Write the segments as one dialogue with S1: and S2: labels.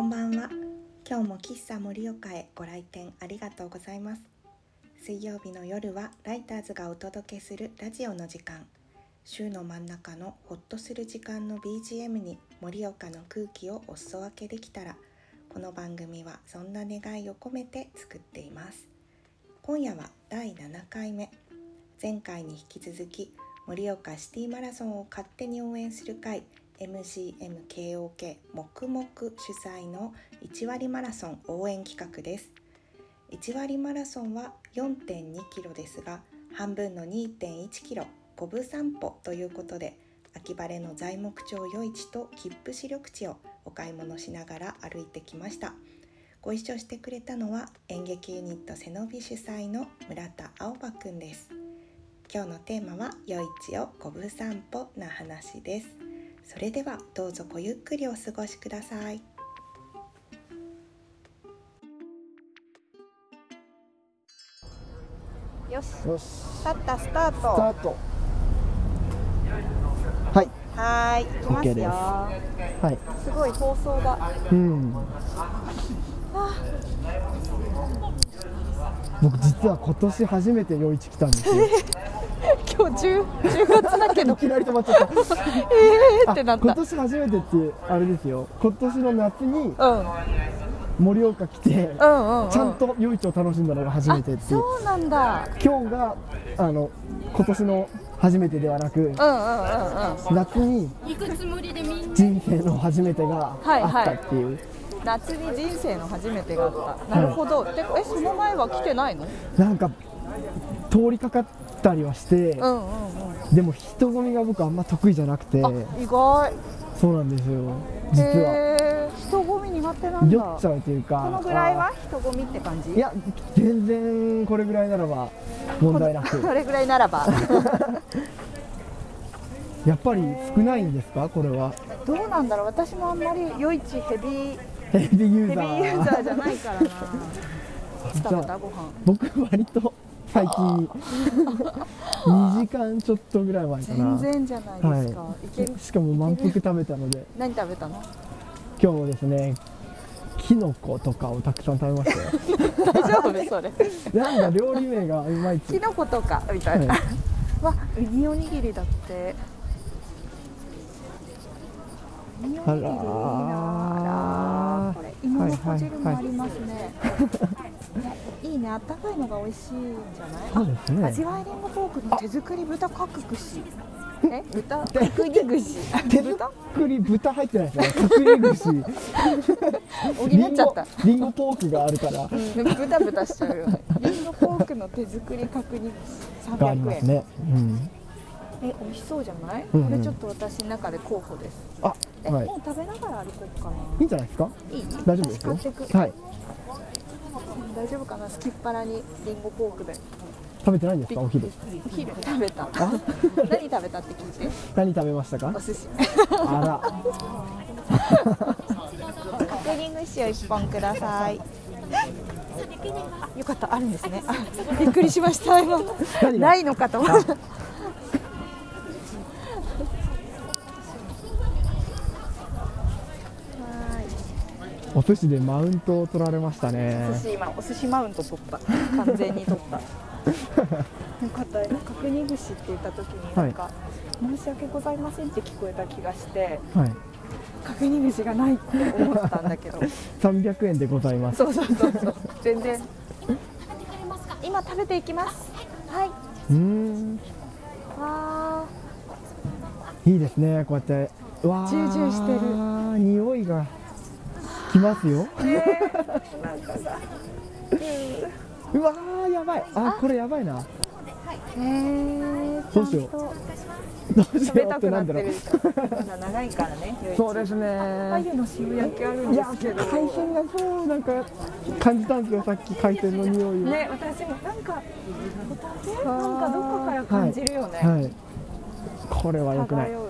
S1: んばんは今日も喫茶盛岡へご来店ありがとうございます水曜日の夜はライターズがお届けするラジオの時間週の真ん中のホッとする時間の BGM に盛岡の空気をお裾分けできたらこの番組はそんな願いを込めて作っています今夜は第7回目前回に引き続き盛岡シティマラソンを勝手に応援する会 MCMKOK 黙々主催の1割マラソン応援企画です1割マラソンは4.2キロですが半分の2.1キロ5分散歩ということで秋晴れの材木町夜市と切符視緑地をお買い物しながら歩いてきましたご一緒してくれたのは演劇ユニット背伸び主催の村田青葉くんです今日のテーマは夜市を5分散歩な話ですそれではどうぞごゆっくりお過ごしくださいよし
S2: よし、ス
S1: さったスター
S2: タ
S1: ト
S2: ート。はい、
S1: はーい行きますよ
S2: OK はい、
S1: すごい放送が
S2: うん。僕実は今年初めて夜市来たんです よ。
S3: 今日 10, 10月だけど
S2: いきなり止まっちゃった。
S3: えー ってな
S2: あ
S3: っ
S2: 今
S3: た
S2: 年初めてってあれですよ。今年の夏に
S3: うん
S2: 盛岡来て、
S3: うんうんうん
S2: ちゃんと夜市を楽しんだのが初めてっていう。
S3: そうなんだ
S2: 今日があの今年の初めてではなく、
S3: うんうんうんうん
S2: 夏に人生の初めてがあったっていう。
S3: 夏に人生の初めてがあったなるほど、てかえその前は来てないの
S2: なんか通りかかったりはして
S3: う、んうんうん
S2: でも人混みが僕あんま得意じゃなくて
S3: 意外
S2: そうなんですよ実は
S3: へえ人混み苦手なん
S2: 酔
S3: だ
S2: っちゃうというか
S3: このぐらいは人混みって感
S2: あ
S3: じ
S2: ーいや全然これぐらいならば問題な く
S3: これぐらいならば
S2: やっぱり少ないんですかこれは
S3: どうなんだろう私もあんまり夜市ヘビー
S2: ヘビーユ
S3: ヘビ
S2: ーザ
S3: ーユ
S2: ー
S3: ーザーじゃないからな
S2: じ
S3: 食
S2: ゃ
S3: べた
S2: あ
S3: ご飯
S2: 僕割と最近 2時間ちょっとぐらい前か
S3: 全
S2: な
S3: 然じゃないですか、、
S2: はい
S3: ける
S2: しかも満腹食べたので
S3: 何食べたの
S2: 今日もですねキノコとかをたくさん食べましたよ
S3: 大丈夫 それ
S2: なんか料理名がうまいっ
S3: キ
S2: て
S3: ノコとかみたいな、わウニおにぎりだってウニおにぎりいいな
S2: あらー
S3: あらーこれ芋のこ汁もありますね、 いい、ねあったかいのが美味しいんじゃない
S2: そうです
S3: あ
S2: ね
S3: 味わいりんごポークの手作り豚角串 え豚角煮串
S2: 手
S3: 豚
S2: 作り豚入ってないですね角煮串
S3: 補
S2: リ
S3: っ
S2: ン
S3: ちゃっ
S2: ゴ
S3: た
S2: リンゴポークがあるから
S3: うんブタブタしちゃうよねりんごポークの手作り角煮串
S2: があり
S3: 300
S2: ます
S3: 円、
S2: ね、うん、
S3: え美味しそうじゃない、
S2: うんうん
S3: これちょっと私の中で候補です
S2: あ
S3: え、
S2: はい
S3: もう食べながら歩こうかない
S2: いんじゃないですか
S3: いい
S2: 大丈夫ですよ
S3: 私買ってく
S2: はい
S3: 大丈夫かなすきっ腹にリンゴポークで
S2: 食べてないんですかお昼
S3: お昼食べた
S2: あ
S3: 何食べたって聞いて
S2: 何食べましたか
S3: お寿司
S2: あ
S3: 角煮串を一本くださいあよかったあるんですねあ びっくりしました今
S2: 何が
S3: ないのかと思った
S2: らお寿司でマウントを取られましたね
S3: 寿司今お寿司マウント取った完全に取ったよかった今角煮串って言った時になんか、申し訳ございませんって聞こえた気がして
S2: はい
S3: 角煮串がないって思ったんだけど
S2: 300円でございます
S3: そうそうそうそう全然今食べていきますはいう
S2: ーん
S3: わ
S2: いいですねこうやってわあ
S3: ジュージューして
S2: る匂いがきますよ
S3: ーねえ なんかさ
S2: うわーやばいあこれやばいな
S3: えー、
S2: どうしよう
S3: ちゃんと
S2: どうし
S3: 食べ
S2: よう
S3: た
S2: って
S3: く
S2: な
S3: なんって
S2: だろう
S3: るみんな長いからね夜市
S2: そうですね
S3: あゆの塩焼きあるん
S2: い
S3: で
S2: や
S3: すけ
S2: 海
S3: ど
S2: 鮮がそうなんか感じたんですよさっき海鮮の匂いを、
S3: ね、私もなんか、ホタテなんかどこかから感じるよね。
S2: はいこれは良くない
S3: 漂う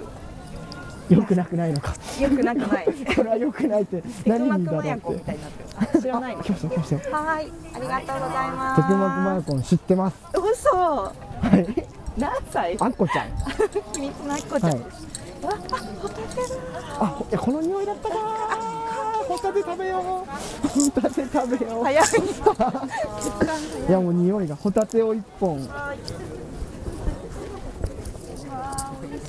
S2: 良くなくないのか
S3: よくなくない。
S2: これは良くな いって何
S3: 何
S2: に
S3: 人
S2: だ
S3: だ
S2: ろ
S3: ろ
S2: う
S3: う
S2: っ
S3: ってて。みたいになってる。 知らない
S2: あ
S3: の。
S2: 来ました来ましたよ
S3: はい、ありがとうございます。
S2: 徳幕マヤコン知ってます
S3: 嘘。
S2: はい
S3: 何歳？
S2: あっこちゃん
S3: みつなっこちゃ
S2: は
S3: ん。
S2: い
S3: あ、ホタテだ。
S2: あほいやこの匂いだったかーホタテ食べようホタテ食べよ
S3: 早い。
S2: ういやもう匂いがホタテを一本よ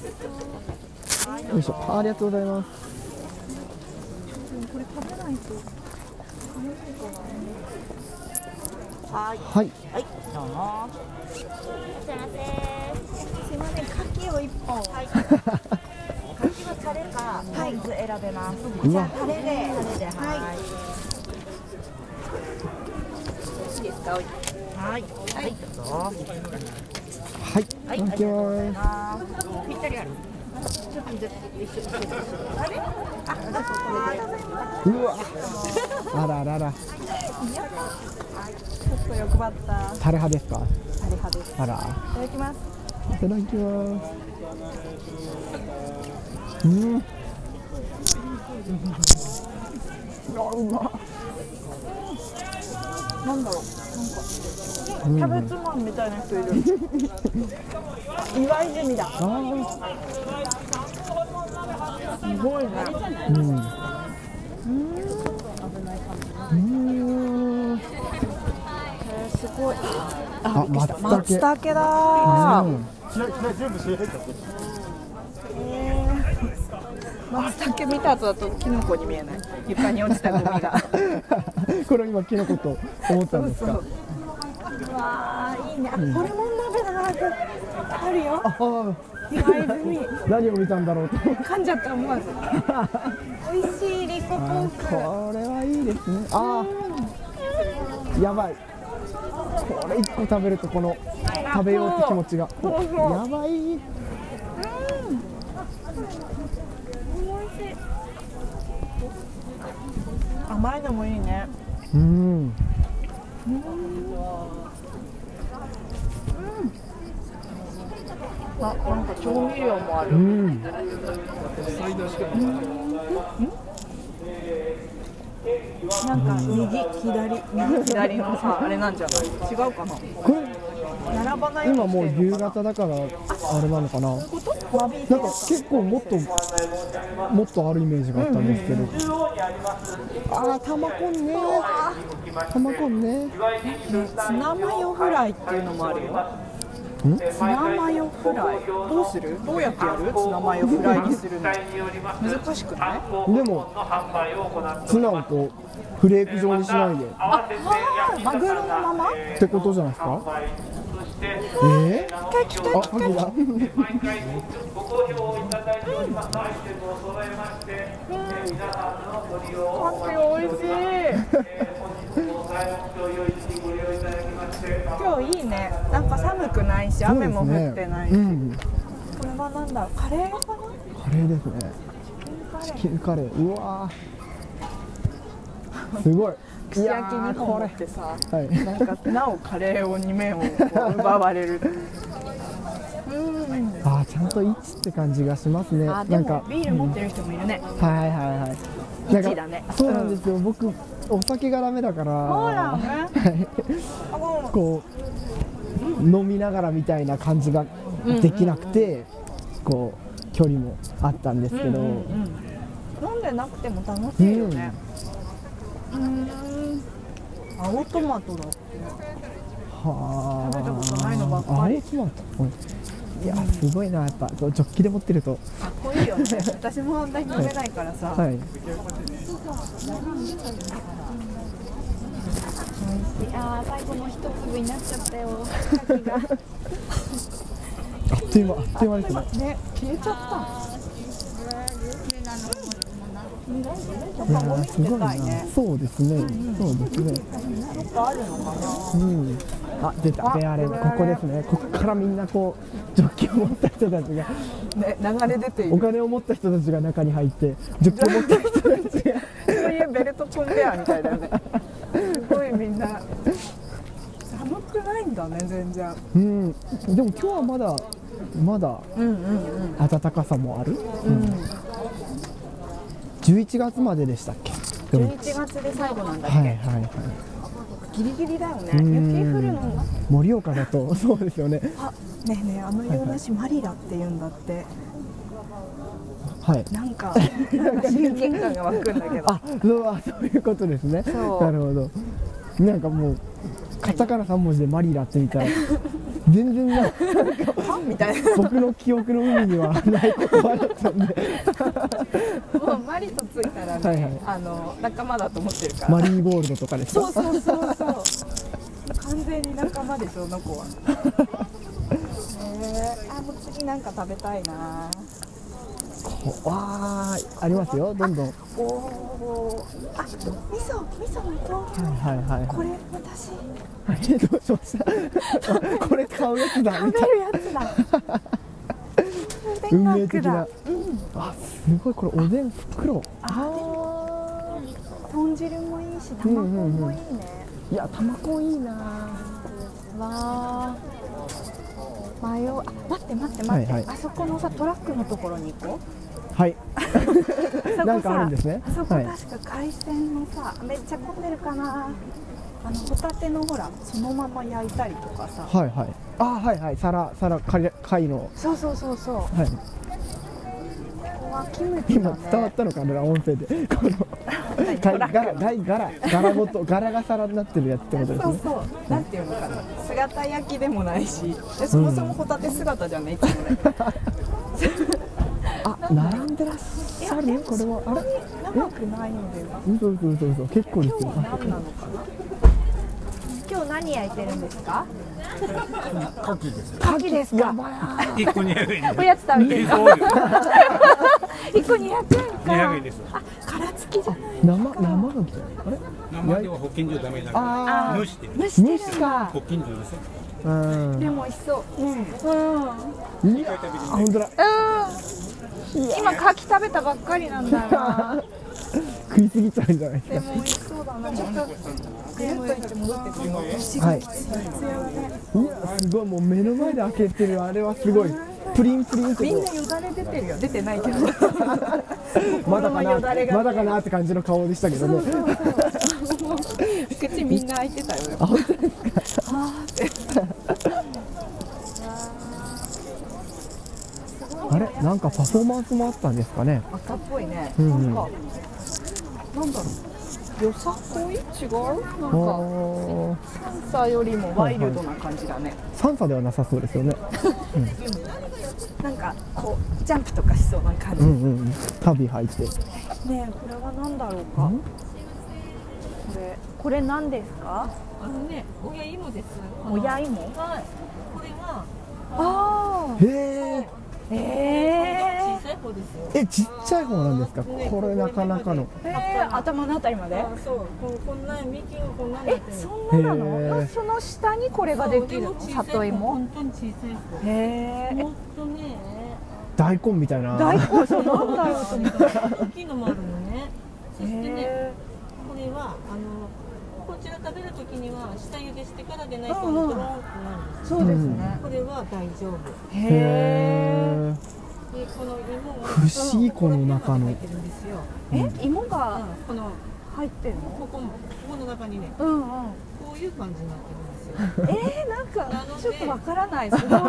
S2: いしょあありがとうございます
S3: これ食べないと。はい。
S2: はい
S3: はい。どうも。すいません。すいません。牡蠣を一本。はい。牡蠣のタレか、はい、選べます。
S2: うわ
S3: タレで。タレで。はい。いいですか。はい。はい。どうぞ。
S2: はいいただきます
S3: あーぴったりある。ちょっとじゃああれ？あ、これで。
S2: うわあらあらあら
S3: ちょっと欲張った。
S2: タレ派ですか
S3: タレ派です。
S2: あら
S3: いただきます。
S2: いただきますうん
S3: なんだろう。
S2: うん
S3: なんか。キャベツマンみたいな 人いる。あ岩井ジミだ。
S2: あー
S3: すごいね。
S2: うんうん
S3: えーすごい。
S2: あ松茸
S3: 松茸だ
S2: う
S3: ー。
S2: ん
S3: えー松茸見た後だとキノコに見えない。床に落ちたゴミ が。
S2: これ今キノコと思ったんです
S3: そう
S2: か。
S3: うわーいいね。あこれも鍋だな。あるよ。
S2: ああ
S3: 岩井ジミ。
S2: 何を見たんだろうと
S3: 噛んじゃった 思わず。美味しいリコポ
S2: あ
S3: ーク。
S2: これはいいですねああやばいこれ一個食べるとこの食べようって気持ちが
S3: そうそう
S2: やばい
S3: 甘いのもいいね。
S2: うん
S3: あ、なんか調味料もある。
S2: うん
S3: なんか右左右左のさあれなんじゃない違うかな
S2: こ
S3: 並ばない
S2: れ
S3: よう
S2: 今
S3: にし
S2: もう
S3: てん
S2: 夕
S3: のかな
S2: 方だからあれなのかななんか
S3: こと間引いてる
S2: 結構もっともっとあるイメージがあったんですけどああ玉こんね玉こんね
S3: ツナマヨフライっていうのもあるよツナマヨフライどうするどうやってやるツナマヨフライにするの難しくない
S2: でもツナをこうフレーク状にしないでっ
S3: あマグロのまま
S2: てことじゃないですかえー、
S3: 来た来
S2: あ、
S3: た
S2: ハギだ
S3: カキおいしい今日いいねなんか寒くないし雨も降ってないし、
S2: うん、
S3: これはなんだカレーかな
S2: カレーですねチキンカレーうわーすごいい
S3: 串焼き
S2: や
S3: 2
S2: ー
S3: 本
S2: こ
S3: 持
S2: れ
S3: ってさ
S2: はい
S3: なんかなおカレーを2面をこう奪われるうん
S2: あーちゃんと1って感じがしますね
S3: あで
S2: なんか
S3: もビール持ってる人もいるね
S2: はいはいはいはいなんか
S3: 一だね
S2: そうなんですよ、僕お酒がダメだから
S3: そうだよね
S2: はい
S3: あごめん
S2: こう飲みながらみたいな感じができなくて、こう距離もあったんですけど、
S3: うんうん飲んでなくても楽しいよねうん青トマトだ
S2: はあ
S3: 食べたことないのばっかり
S2: 青トマトうんいやすごいなやっぱこうジョッキで持ってると
S3: かっこいいよね私もあんなに飲めないからさ、
S2: はい
S3: いやー最後の一粒になっちゃったよ
S2: あっという間あっという間ですね
S3: ね消えちゃった
S2: い
S3: や
S2: や
S3: っぱゴミ
S2: ー
S3: 捨
S2: すご
S3: て
S2: い
S3: たい
S2: な
S3: ね
S2: そうですねそうですね
S3: ちょっとあるのかな
S2: うんあ出
S3: あ
S2: たペアレン
S3: ペ
S2: こ
S3: アレン
S2: こですねここからみんなこうジョッキを持った人たちが
S3: ね流れ出てい
S2: お
S3: る
S2: 金を持った人たちが中に入ってジョッキを持った人たちが
S3: そういうベルトコンベアみたいだよね。すごいみんな。寒くないんだね、全然。
S2: うんでも今日はまだまだ
S3: うんうんうん。
S2: 暖かさもある、うん、11月まででしたっけでも
S3: 11月で最後なんだっけ、
S2: はいはいはい
S3: ギリギリだよね。
S2: う
S3: 雪
S2: ん
S3: 降るの。
S2: 盛岡だと そうですよね
S3: あ、ねえねえ、あの洋梨マリラって言うんだって。
S2: はい
S3: なんかなんか親近感が湧くんだけど
S2: あそうあそういうことですね
S3: そう
S2: なるほどなんかもうカタカナ3文字でマリラって言ったら全然な
S3: はみたいな
S2: 僕の記憶の海にはない言葉だったんで
S3: もうマリとついたらね、
S2: はいはい
S3: あの仲間だと思ってるから
S2: マリーゴールドとかです
S3: そ
S2: か
S3: うそうそうそう完全に仲間でしょあの子はねえあもう次なんか食べたいな
S2: わーありますよどんどんは
S3: おおあ味噌味噌の豆
S2: い
S3: 腐
S2: はいはい
S3: これ私
S2: あれどうしましたこれ買うやつだみ
S3: 食
S2: たい
S3: べるやつだ
S2: 運命的
S3: だ
S2: なあすごいこれおでん袋あ
S3: 豚汁もいいし卵もいいね、
S2: ーいやたまこいいな
S3: わあ迷うあ待って待って待って、
S2: はいはい
S3: あそこのさトラックのところに行こう
S2: はい
S3: あそこさ
S2: なんかあるんですね
S3: あそこ
S2: はい
S3: 確か海鮮のさ、めっちゃ混んでるかなあのホタテのほらそのまま焼いたりとかさ、
S2: はいはいあーはいはい皿皿貝貝の
S3: そうそうそうそうこ
S2: はい
S3: こはキムチだ
S2: 今
S3: ね
S2: 伝わったのかな音声でこ の
S3: 何ト
S2: 貝
S3: ラッ
S2: 殻
S3: クの
S2: 貝殻柄ごと柄が皿になってるやつってことです
S3: そう
S2: ね
S3: そうなんていうのかな姿焼きでもないしでそもそもホタテ姿じゃねいつもね
S2: あ並んでらっしゃるねこれはあれ
S3: 長くないんだよな
S2: うんそうそうそうそう結構で
S3: 今
S2: す
S3: 日
S2: よ
S3: は何なのかな今日何焼いてるんですか
S4: カキですよ。
S3: 牡蠣ですか
S4: 一個200 円
S3: おやつ食べてるの
S4: です。
S3: 一個200円か
S4: 200円です
S3: あ、殻付きじゃない
S2: 生生牡蠣あれ
S4: 生では保健所ダメだか
S2: あ
S4: ら。
S2: あ
S4: 蒸してる。
S3: 蒸してるんだ
S4: 保健所ですよ。
S2: うん
S3: でも美味しそううん、
S2: いやー本当だ
S3: 今牡蠣食べたばっかりなんだよな
S2: 食いすぎちゃうんじゃないで
S3: で
S2: す
S3: も美味しそうだ なちょっとぐるっと行って戻ってくる
S2: かはいいやーすごいもう目の前で開けてるあれはすごいプリンプリンって
S3: み
S2: こ
S3: ん
S2: う
S3: なよだれ出てるよ出てないけど
S2: まだか
S3: 心のよだれが
S2: なまだかなって感じの顔でしたけどね
S3: 口みんな開いてたよあ本当ですかあーって
S2: あれなんかパフォーマンスもあったんですかね
S3: 赤っぽいね、
S2: うん
S3: な
S2: うん
S3: んかなんだろうよさこい違うなん
S2: あ
S3: か
S2: ー
S3: パンサーよりもワイルドな感じだね、
S2: サンサではなさそうですよね
S3: なんかこうジャンプとかしそうな感じ、
S2: うんうんうん旅入って
S3: ねえこれは何だろうか
S2: ん
S3: これこれ何ですか
S5: あのね、親芋です。
S3: 親芋
S5: はい。これは
S3: あ
S2: へ
S3: あ
S2: え
S3: え
S5: 小さい方ですよ。
S2: えちっちゃい方なんですかこれなかなかの
S3: ー、えー、頭のあたりまで
S5: あ、そう。こんこんな幹がこんなになっ
S3: え
S5: てる。
S3: そんなな
S2: へ
S3: の
S2: ー
S3: その下にこれができるの
S5: そう
S3: 里芋
S5: 本当に小さい
S3: へえ
S5: 方。
S3: ー
S5: もっとね、
S2: 大根みたいな
S3: 大根そうなんだろうと思って
S5: 大きいのもあるのね。そしてね、
S3: へ
S5: これはあのこちら食べるときには下茹でしてからでないとドローンってなるんで
S3: ーそうですね、
S5: す。これは大丈夫。
S2: へ
S3: へ
S2: え
S5: でこの芋は
S2: 不思議この中の
S5: 入ってるんですよ。
S3: え。え、芋が
S5: この
S3: 入ってるの？
S5: ここもここの中にね、
S3: うんうん。
S5: こういう感じになってるんですよ。
S3: えー、なん
S5: な
S3: か
S5: ので
S3: ちょっとわからない。すごい。
S5: ここ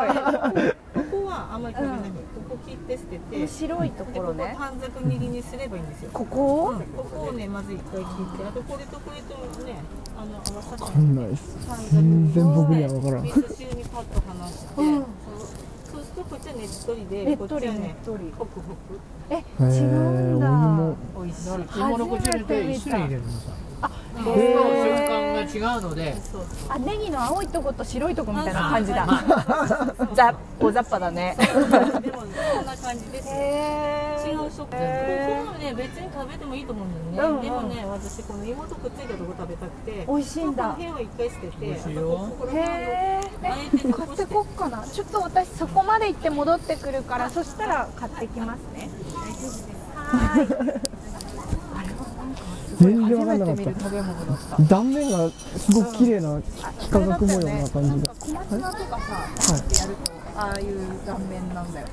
S5: はあんまり食べない、ここ切って捨てて、
S3: 面 白いと
S5: で
S3: こ
S5: ここ
S3: ろね。
S5: 短冊右にすればいいんですよ。
S3: ここ
S5: うん、ここをねまず一回切って、あとこれとこれとねあの合わさ
S2: わ
S5: っ
S2: か
S5: て
S2: んないです
S5: 短冊
S2: 全
S5: に
S2: 然僕には分からん
S5: 味噌汁にパッと離し
S3: う
S5: て、
S3: ん
S5: そうそうするとこっちはねっとりで、
S3: ねっ
S5: こっ
S3: と
S5: ち
S3: り
S5: は
S3: ね
S5: ね
S3: っとり。
S5: ホクホク
S3: え、
S2: へー
S3: 違うんだ。
S2: お
S5: 美味しい。そう
S3: 初めて見た。
S6: るんですよ。
S3: へー
S6: 瞬間が違うので、
S5: そう
S3: あ、ネギの青いとこと白いとこみたいな感じだ。 ざ、お雑把だね。
S5: そう。でもそんな感じです。
S3: へ
S5: 違う食感、
S3: へー
S5: ここはね別に食べてもいいと思うんだ
S3: う
S5: よ
S3: ん
S5: ね、
S3: うん
S5: でもね私この芋とくっついたとこ食べたくて
S3: 美味しいんだ
S5: ここの辺は一回捨てて
S6: 美味しいよ
S5: あとここら
S3: へ
S5: 辺を
S3: え。
S5: あえ
S3: 買
S5: て残
S3: っ
S5: しててこ
S3: こっかな。ちょっと私そこまで行って戻ってくるから、そしたら買ってきますね。はーい。
S2: 全然わかんなかっ
S3: 食べ物だった。
S2: た断面がすごく綺麗な幾何学模様な感じで
S3: 小松菜とかさ、パッてやるとああいう断面なんだよ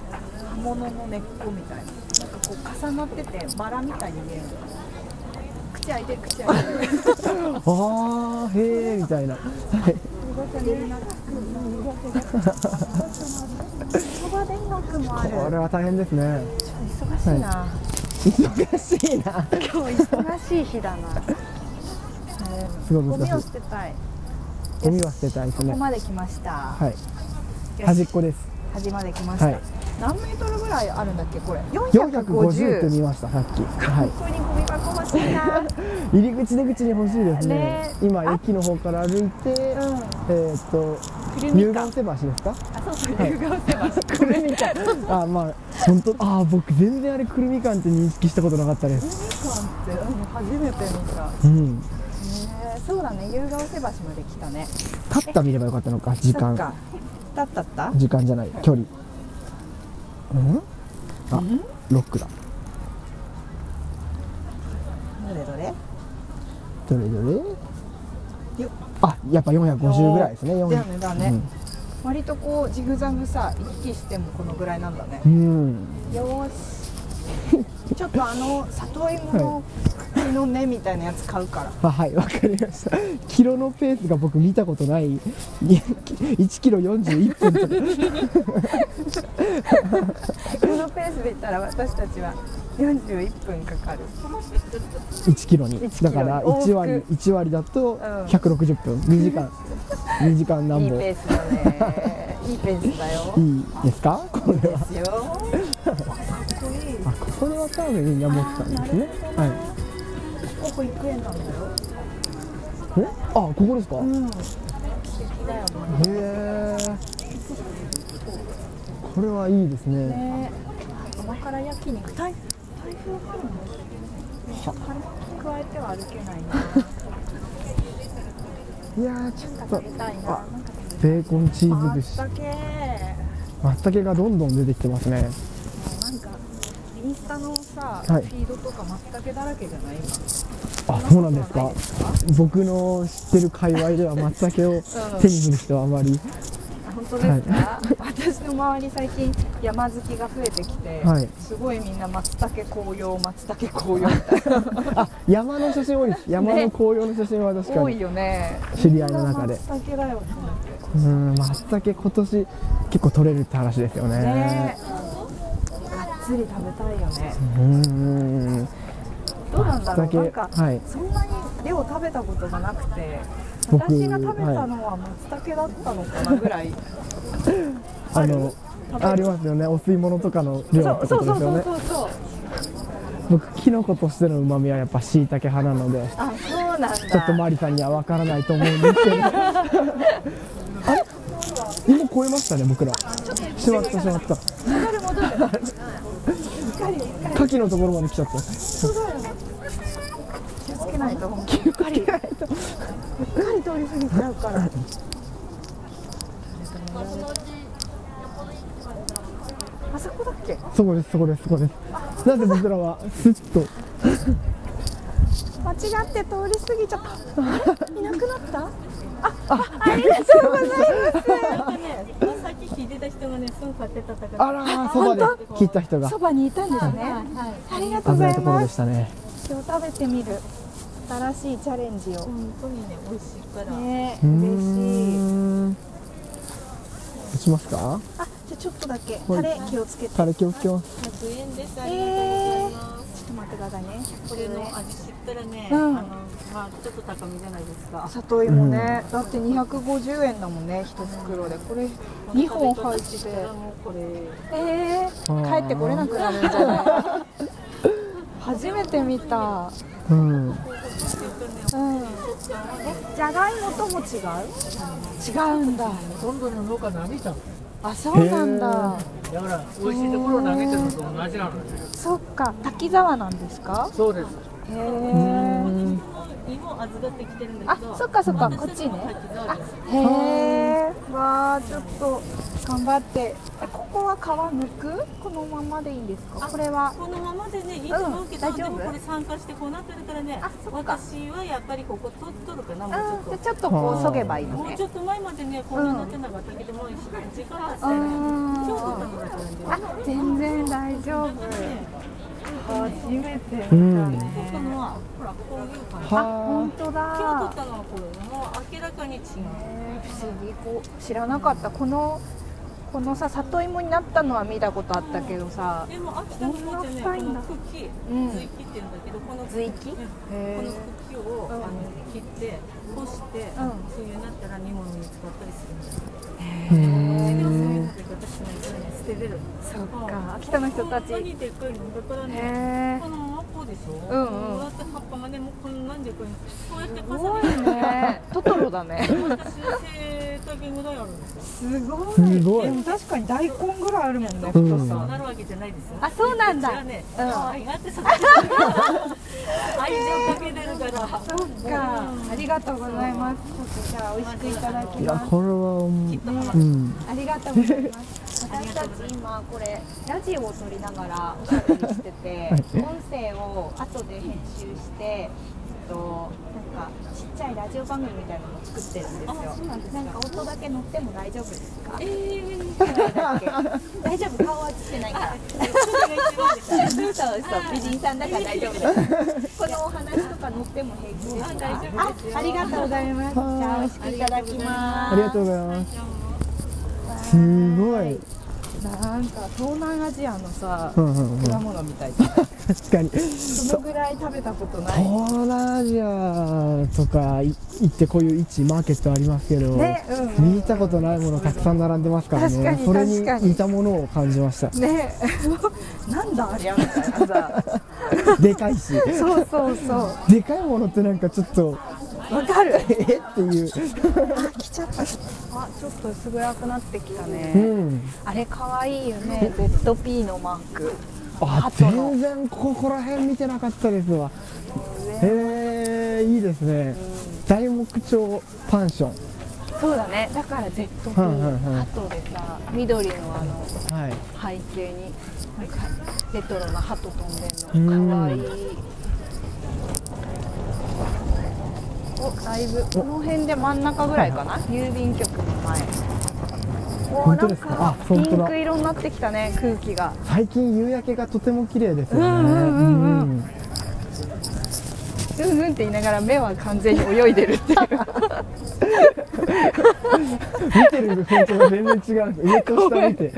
S3: 葉物の根っこみたいななんかこう重なっててバラみたいに見える口開いてる口開いてる
S2: あーへえみ たいなはい
S3: 葉田楽もある
S2: これは大変ですね
S3: ちょっと忙しいな、
S2: 忙しいな
S3: 今日忙しい日だな、
S2: すごい
S3: ゴ
S2: 難し
S3: ミ
S2: い
S3: を捨てたい
S2: ゴミは捨てたいです
S3: こ
S2: ね
S3: こまで来ました、
S2: はい端っこです
S3: 端まで来ました、
S2: はい
S3: 何メートルぐらいあるんだっけこれ
S2: 450って
S3: こ
S2: 見ましたさっきはい
S3: こにゴミ箱欲しいな
S2: 入り口出口に欲しいですね
S3: ね
S2: 今駅の方から歩いてえ
S3: うん
S2: ーっと
S3: くるみ
S2: 龍
S3: か
S2: 眼瀬橋ですか
S3: あそうそう湯川ってます
S2: くるみか あまあ本当あー僕全然あれくるみかんって認識したことなかったです
S3: ってうん初めて見た
S2: うん
S3: ねえそうだね、夕顔瀬橋まで来たね。
S2: 立った見ればよかったのか時
S3: そっ
S2: 間
S3: か。だったった。
S2: 時間じゃない距離うんあロックだ
S3: どれどれ。
S2: どれどれ
S3: よ
S2: あやっぱ450ぐらいですね
S3: だよね、だね
S2: うん。
S3: 割とこうジグザグさ、行き来してもこのぐらいなんだね。
S2: うん
S3: よーし。ちょっとあの里芋の茎の根みたいなやつ買うから。
S2: あはいわかりましたキロのペースが僕見たことないいや1キロ41分とか
S3: このペースで行ったら私たちは41分かかる。
S2: 1キロに
S3: 1キロ
S2: だ
S3: に
S2: から
S3: 往復
S2: 1割一割だと
S3: ん
S2: 160分2時間2時間
S3: い
S2: 何
S3: いペ
S2: 本い
S3: ースだ ね。いいペースだよ。
S2: いですかこれは
S3: ですよ。かっこいい。
S2: あここでわかるみんな持ってたんですねはい
S3: ここ育園なんだよ。
S2: えあここですか、へ
S3: うん。素敵だよね。
S2: えこれはいいですね
S3: ね甘辛焼肉台台風からもめっちゃ軽く加えては歩けないな
S2: いやーちょっと
S3: 食べたいな
S2: あ
S3: なんか
S2: ベーコンチーズ
S3: 松
S2: 串
S3: 茸
S2: 松茸がどんどん出てきてますね
S3: なんかインスタのさ、
S2: はい
S3: フィードとか松茸だらけじゃない
S2: あそうなんですか僕の知ってる界隈では松茸を手に振る人はあまり、
S3: あ本当ですか、私の周り最近山好きが増えてきて、
S2: はい
S3: すごいみんな松茸紅葉松茸紅葉みたい
S2: あ山の写真多いです山の紅葉の写真は確
S3: な
S2: か
S3: 多
S2: に、
S3: いよね
S2: 知り合いの中
S3: みん
S2: で
S3: な松茸だよと思って
S2: うん松茸今年結構取れるって話ですよね
S3: ねえがっつり食べたいよね
S2: うん
S3: どうなんだろう
S2: 松茸
S3: なんか、
S2: はい
S3: そんなに量食べたことがなくて
S2: 僕
S3: 私が食べたのは松茸だったのかなぐらい、
S2: あのありますよねお吸い物とかの量って
S3: そ
S2: こ
S3: う
S2: と
S3: そう
S2: ですよ
S3: そう
S2: ね
S3: そうそう
S2: 僕キノコとしての旨味はやっぱ椎茸派なので
S3: あそうなんだ
S2: ちょっとマリさんには分からないと思うんですけ ど。あれ今超えましたね、僕ら。しまった、しまった。牡蠣のところまで来ちゃった。
S3: 気をつけないと本気うっかりうっかり通り過ぎちゃうからあそこだっけ
S2: そこです、そこです、そこです。なんで僕らは、スッと、
S3: 間違って通り過ぎちゃったあれいなくなったああありがとうございます
S5: なんかね、その先聞いてた人がね、すぐ買ってたから。
S2: あらー、そばで切った人が
S3: そばにいたんですね。ありがとうご
S2: 危な
S3: ざ
S2: い
S3: い
S2: ところ
S3: ま。
S2: ですしたね。
S3: 今日食べてみる。新しいチャレンジを。
S5: 本当にね、美味しいから。
S3: ね、
S2: うー
S3: 嬉しい。
S2: ん。打ちますか
S3: あ、じゃあちょっとだけ
S2: は
S3: タ
S2: い
S3: レ気をつけて。ち
S2: タレ気をつけます。
S5: 100円です。あ
S3: え
S5: りがとうございます。
S3: ょっと待ってくださいね。
S5: これの味知ったらね、
S3: うん
S5: あの、まあ、ちょっと高めじゃないですか。
S3: 里芋ね、だって250円だもんね、一袋で。これ2本入ってて。
S5: もうこれ。
S3: えー、帰ってこれなくなるんじゃ ない？初めて見た。
S2: うん。う
S3: うん。え、じゃがいもとも違う？違うんだ。
S6: ほとんどの農家投げちゃう
S3: あ、そうなんだ。
S6: だから美味しいところを投げてるのと同じなのね
S3: そっか、滝沢なんですか。
S6: そうです
S3: へ
S2: ー
S3: え。
S2: ん
S5: 芋預かってきてるんだ
S3: あ
S5: けど。、
S3: そっかそっか、こっち
S5: 私たち
S3: ね
S5: も。買ってたわけです
S3: へ
S5: よ
S3: え。わあ、ちょっと頑張って。えここは皮剥く？このままでいいんですか？これは。
S5: このままでね、いいと思うけど、
S3: うん大丈
S5: で
S3: 夫
S5: もこれ酸化してこうなってるからね
S3: あそっ、か
S5: 私はやっぱりここ取っとるかな、
S3: うん、じ
S5: も
S3: ゃ
S5: うちょっ
S3: ちょっとこう
S2: あー
S3: 削げばいい
S5: と。
S3: の
S5: もう
S3: ね
S5: ち。ょっと前までね、こんなになってなかったけど、もう時間が経った
S3: う
S5: よね。
S3: ん
S5: 今日取ったのだからね。
S3: あ、全然大丈夫。初めて見た
S2: うん
S5: ここの
S3: ね。
S5: は、ほら、こういう感じ。
S2: は
S3: 本当
S5: 今日取っ
S3: だ。
S5: たのはこれ、もう明らかに違う。
S3: えー不思議こう知らなかったこのこのさ里芋になったのは見たことあったけどさ
S5: でも秋田の方じゃね
S3: こ
S5: こ
S3: んな
S5: の
S3: 深
S5: 茎
S3: うん
S5: 随木って言うんだけどこの
S3: 随木
S5: うんこ
S3: へー
S5: の茎をあの切って干し
S3: ん
S5: て冬になったら煮物に使ったりするんだよ
S2: うん
S5: でもそういうのって私も一年捨てれる
S3: そっか秋田の人たち
S5: 本当にでっかいのだか
S3: へ
S5: らね
S3: え
S5: このマッポでしょ
S3: うんうん
S5: こうやって葉っぱがねもうこんなんでこうこうやって
S3: す
S5: 重
S3: ごい
S5: ねて
S3: ねトトロだね
S5: 私の生態系ぐらいあるんですよ
S3: すごい
S2: すごい
S3: でも確かに大根ぐらいあるもんね
S2: うん
S3: 太さ
S5: なるわけじゃないですよ
S3: あそうなんだ
S5: じゃあね、
S3: うん
S5: 可愛がって育ててる愛情かけてるから
S3: そっかありがとうございますじゃあ美味しくいただき
S2: いや
S3: ます
S2: これはうんうん
S3: ありがとうございます。私たち今これラジオを撮りながらおしゃべりしてて、音声を後で編集して、えっとなんかちっちゃいラジオ番組みたいなのも作ってるんですよ。なんか音だけ乗っても大丈夫ですか？え大丈夫顔は映ってないから。嘘嘘美人さんだから大丈夫です。 このお話とか乗っても平気ですか？あ、ありがとうございます。じゃあ美味しくいただきます。
S2: ありがとうございますすごい
S3: なんか東南アジアのさ、
S2: うんうんうん
S3: 果物みたいな。
S2: 確かに
S3: そのぐらい食べたことない。
S2: 東南アジアとかい行ってこういう市マーケットありますけど、
S3: ねうんうん
S2: 見たことないものたくさん並んでますから
S3: 確か
S2: ね
S3: に
S2: それに
S3: 確かに
S2: 似たものを感じました
S3: ね え、なんだありゃみたいなさ。
S2: でかいし
S3: そうそうそ
S2: でかいものってなんかちょっと
S3: う。わかる。
S2: えっていう
S3: 来ちゃった。あ、ちょっと薄暗くなってきた
S2: う
S3: ね。
S2: ん
S3: あれ可愛いよね。ZP のマーク。
S2: あ
S3: 鳩の
S2: 全然ここら辺見てなかったですわへえー、いいですね大木町パンション
S3: そうだね。だから ZP。
S2: はいはいはい
S3: 鳩でさ、緑のあの
S2: はい
S3: 背景になんかレトロな鳩飛んで
S2: うんん
S3: の。可愛いい。お、だいぶこの辺で真ん中ぐらいかな。郵便局の前。お、
S2: 本
S3: な
S2: 当
S3: ん
S2: ですか
S3: か
S2: あ
S3: ピ
S2: 本当だ
S3: ンク色になってきたね。空気が。
S2: 最近夕焼けがとても綺麗ですよね
S3: うんうんうんうん
S2: うん
S3: うんうんって言いながら目は完全に泳いでる っていう
S2: 見てる本当が全然違うんです上と下見て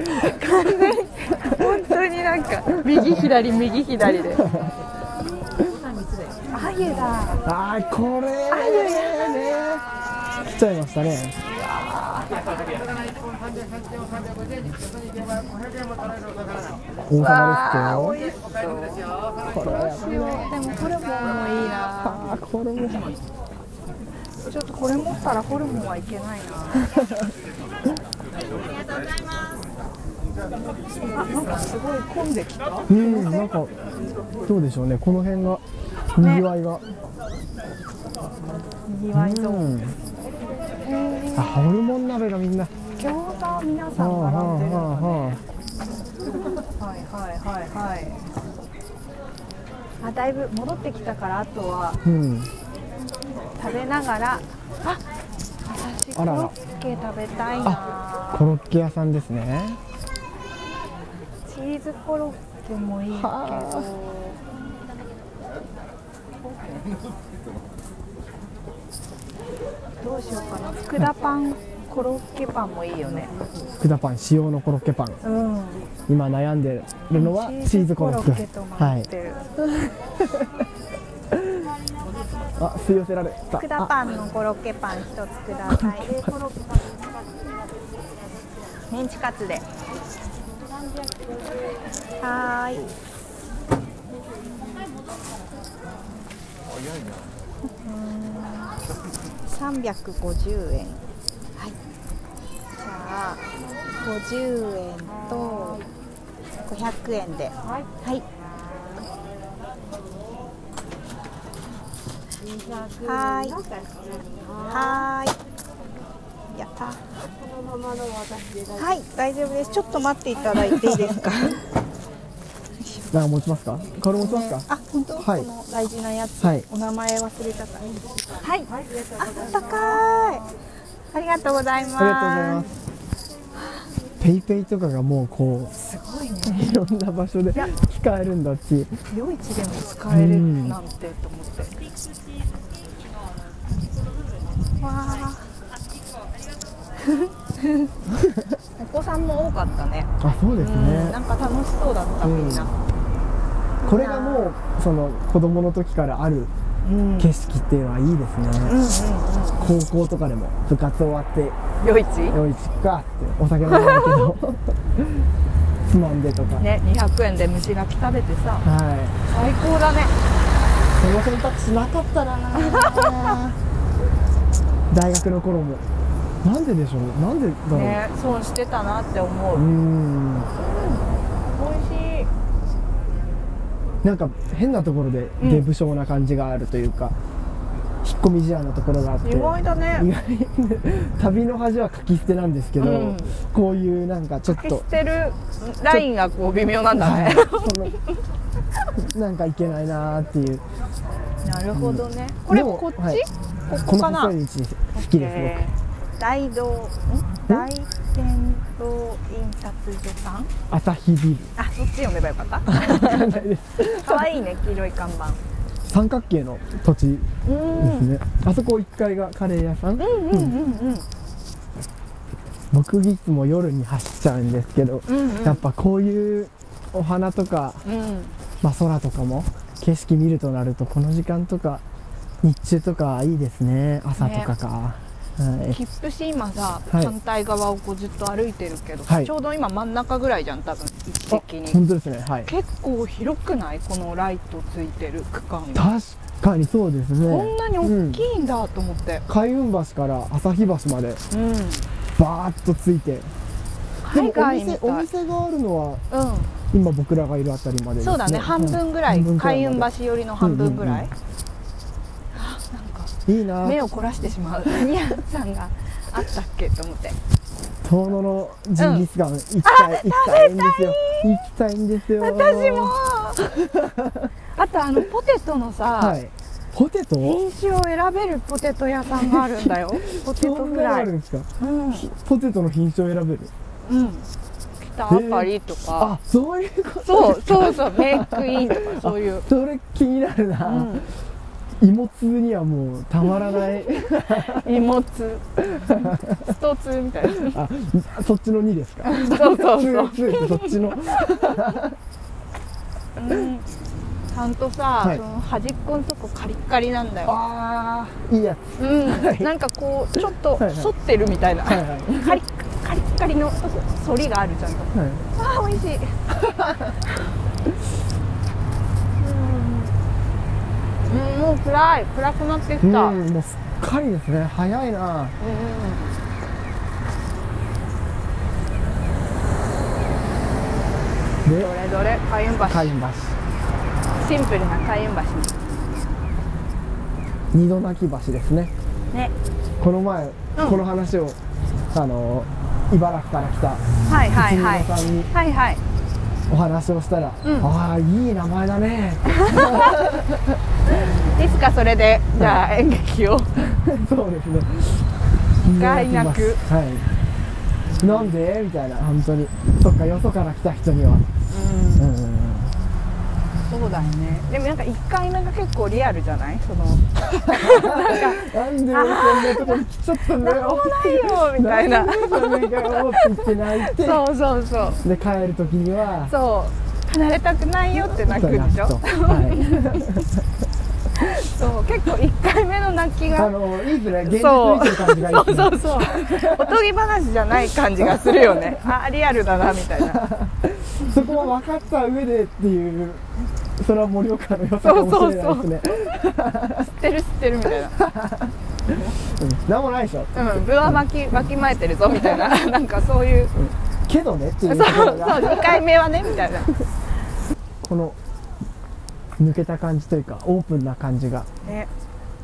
S3: 本当になんか右左右左 であゆだ
S2: あーこれね来ちゃいましたね王様ですけどこれは
S3: でもホルモンもいいな
S2: あーこれも
S3: ちょっとこれ持ったらホルモンはいけないなありがとうございますなんかすごい混んできた
S2: うんなんかどうでしょうねこの辺がにぎわいが、
S3: にぎわいそううん
S2: あホルモン鍋がみんな
S3: 餃子皆
S2: は
S3: さ
S2: あ
S3: ん
S2: は
S3: 並んでるんだ
S2: あ
S3: ね
S2: は
S3: はいはいはいはいあだいぶ戻ってきたからあとは
S2: あうん
S3: 食べながらあ私コ
S2: あらら
S3: ロッケ食べたいな
S2: コロッケ屋さんですね
S3: チーズコロッケもいいけどどうしようかな佃パンコロッケパンもいいよね
S2: 佃パン塩のコロッケパン
S3: うん
S2: 今悩んでるのはチーズコロッケ
S3: と
S2: は
S3: 迷
S2: い
S3: ってる
S2: あ吸い寄せられた
S3: くだ
S2: あ
S3: パンのコロッケパン一つください。メンチカツで。はーい。三百五十円。はい。じゃあ五十円と五百円で。はい。はーい。はーい。やった。はい、大丈夫です。ちょっと待っていただいていいですか。
S2: なんか持ちますかこれ持ちますか
S3: あ、本当、
S2: はい
S3: この大事なやつ。
S2: はい
S3: お名前忘れちゃった。はい。あったかーい。ありがとうございます。
S2: ありがとうございますペイペイとかがもうこう
S3: すごいね。
S2: いろんな場所で使えるんだっていう
S3: 夜市でも使えるなんてと思って。わあ。お子さんも多かったね。
S2: あそうです
S3: うん、
S2: ね
S3: なんか楽しそうだった、みんな。
S2: これがもうその子供の時からある景色っていうのはいいですね、高校とかでも部活終わって
S3: 夜市
S2: 「よいちっか」ってお酒飲まないけどつまんでとか、
S3: ね、200円で虫がき食べてさ、
S2: はい
S3: 最高だね。
S2: その選択肢なかったなぁ 大学の頃もなんででしょうなんでだろう、
S3: ね、損してたなって思
S2: う
S3: う。
S2: ーん
S3: 美味しい。
S2: なんか変なところで
S3: うん
S2: 出不精な感じがあるというか、引っ込み思案なところがあって
S3: 意外だ
S2: 意
S3: ね。
S2: 外に旅の恥は書き捨てなんですけど、
S3: うん
S2: こういうなんかちょっ
S3: 消
S2: と
S3: し。てるラインがこう微妙なんだ
S2: はい
S3: ね。
S2: そのなんかいけないなーっていう
S3: なるほどね。これ
S2: でも
S3: こっち、
S2: はい
S3: ここ
S2: こ
S3: か
S2: の
S3: な。
S2: 細い道好きです、
S3: えー大道ん大天堂印刷所さん。
S2: 僕朝日ビル
S3: あ、そっち読めばよかった。
S2: わかんないです
S3: 可愛いね、黄色い看板。
S2: 三角形の土地で
S3: うん、
S2: すね、あそこ1階がカレー屋さん、
S3: うん、うん、
S2: 僕いつも夜に走っちゃうんですけど、
S3: うん、うん、
S2: やっぱこういうお花とか、
S3: うん。
S2: まあ、空とかも景色見るとなるとこの時間とか日中とかいいですね朝とかか、はい、
S3: 切符し今さ、
S2: はい
S3: 反対側をこうずっと歩いてるけど、
S2: はい
S3: ちょうど今真ん中ぐらいじゃん多分位置的に
S2: 本当ですねはい
S3: 結構広くないこのライトついてる区間が
S2: 確かにそうです
S3: こん
S2: ね
S3: なに大きいんだと思って
S2: 海運橋から旭橋まで
S3: うん、
S2: バーッとついてで
S3: 海
S2: もお
S3: 外み
S2: 店
S3: た
S2: お
S3: い
S2: 店があるのは
S3: う
S2: 今僕らがいるあたりまでで
S3: ん
S2: すね
S3: そうだね半分ぐらい
S2: 半分くらい
S3: 海
S2: まで
S3: 運橋寄りの半分ぐらい、
S2: うんうん
S3: あなん
S2: いいな
S3: か目を凝らしてしまう何屋さんがあったっけと思って
S2: 遠野のジンギスカン行きたい、行きたいんですよ行きたいんですよ
S3: 私も あとあのポテトのさ、
S2: はいポテト
S3: 品種を選べるポテト屋さんがあるん だよポテト
S2: そん
S3: フ
S2: なの
S3: ラ
S2: あ
S3: イ
S2: るんですか
S3: うん、うん、
S2: ポテトの品種を選べる
S3: 北アパリとか、
S2: あそういうこと
S3: そうそうそうメイクイン とかそういう、
S2: それ気になるな、
S3: う
S2: 芋通にはもうたまらない
S3: ん、芋 通スト通みたいな
S2: あそっちの2ですか
S3: そう そう
S2: 通
S3: そう、
S2: 通ってそっちの
S3: うん、ちゃんとさ、
S2: はい
S3: その端っこのとこカリッカリなんだよ、
S2: ああいいや
S3: うん
S2: はい
S3: なんかこうちょっと
S2: はいはい
S3: 反ってるみたいな、
S2: つは いはい、
S3: カリッカリッカリの反りがあるじゃん
S2: はい、
S3: あー美味しい うんうんもう暗い暗くなって
S2: う
S3: きた、うん
S2: んもうすっかりですね早いな
S3: ど
S2: で
S3: れどれ開運橋、
S2: 海橋
S3: シンプルな開運橋
S2: 二度泣き橋ですね
S3: ね
S2: この前、
S3: うん
S2: この話をあの茨城から来た
S3: はいはいはい
S2: 一二三に
S3: はいはい
S2: お話をしたら、
S3: ん
S2: ああいい名前だねって
S3: いつかそれでじゃあ演劇を
S2: そうですね。
S3: がいなく
S2: はい。なんでみたいな、本当に。そっか、よそから来た人には。うんうんうん
S3: そうだよねでもなんか1回目が結構リアルじゃないそ の
S2: なんで俺こんなとこに来ちゃったんだよ。
S3: ないよみたいな
S2: なんでこんなとこに来て泣いて。
S3: そうそうそう
S2: で、帰る時には。
S3: そう離れたくないよって泣くでしょ
S2: そうはい。
S3: そう結構1回目の泣き
S2: あ
S3: が
S2: の、いいですね。現実見てる感じがいいですね。
S3: そうそう おとぎ話じゃない感じがするよね あリアルだなみたいな
S2: そこは分かった上でっていう。それは盛岡の良さかもしれないですね。
S3: 知ってる知ってるみたいな
S2: うんなんもないでしょ。
S3: うん分はわきわきまえてるぞみたい ななんかそういう
S2: けどねっていう
S3: そ
S2: と
S3: う
S2: こ
S3: そう
S2: ろが。
S3: 2回目はねみたいな
S2: この抜けた感じというかオープンな感じが
S3: ね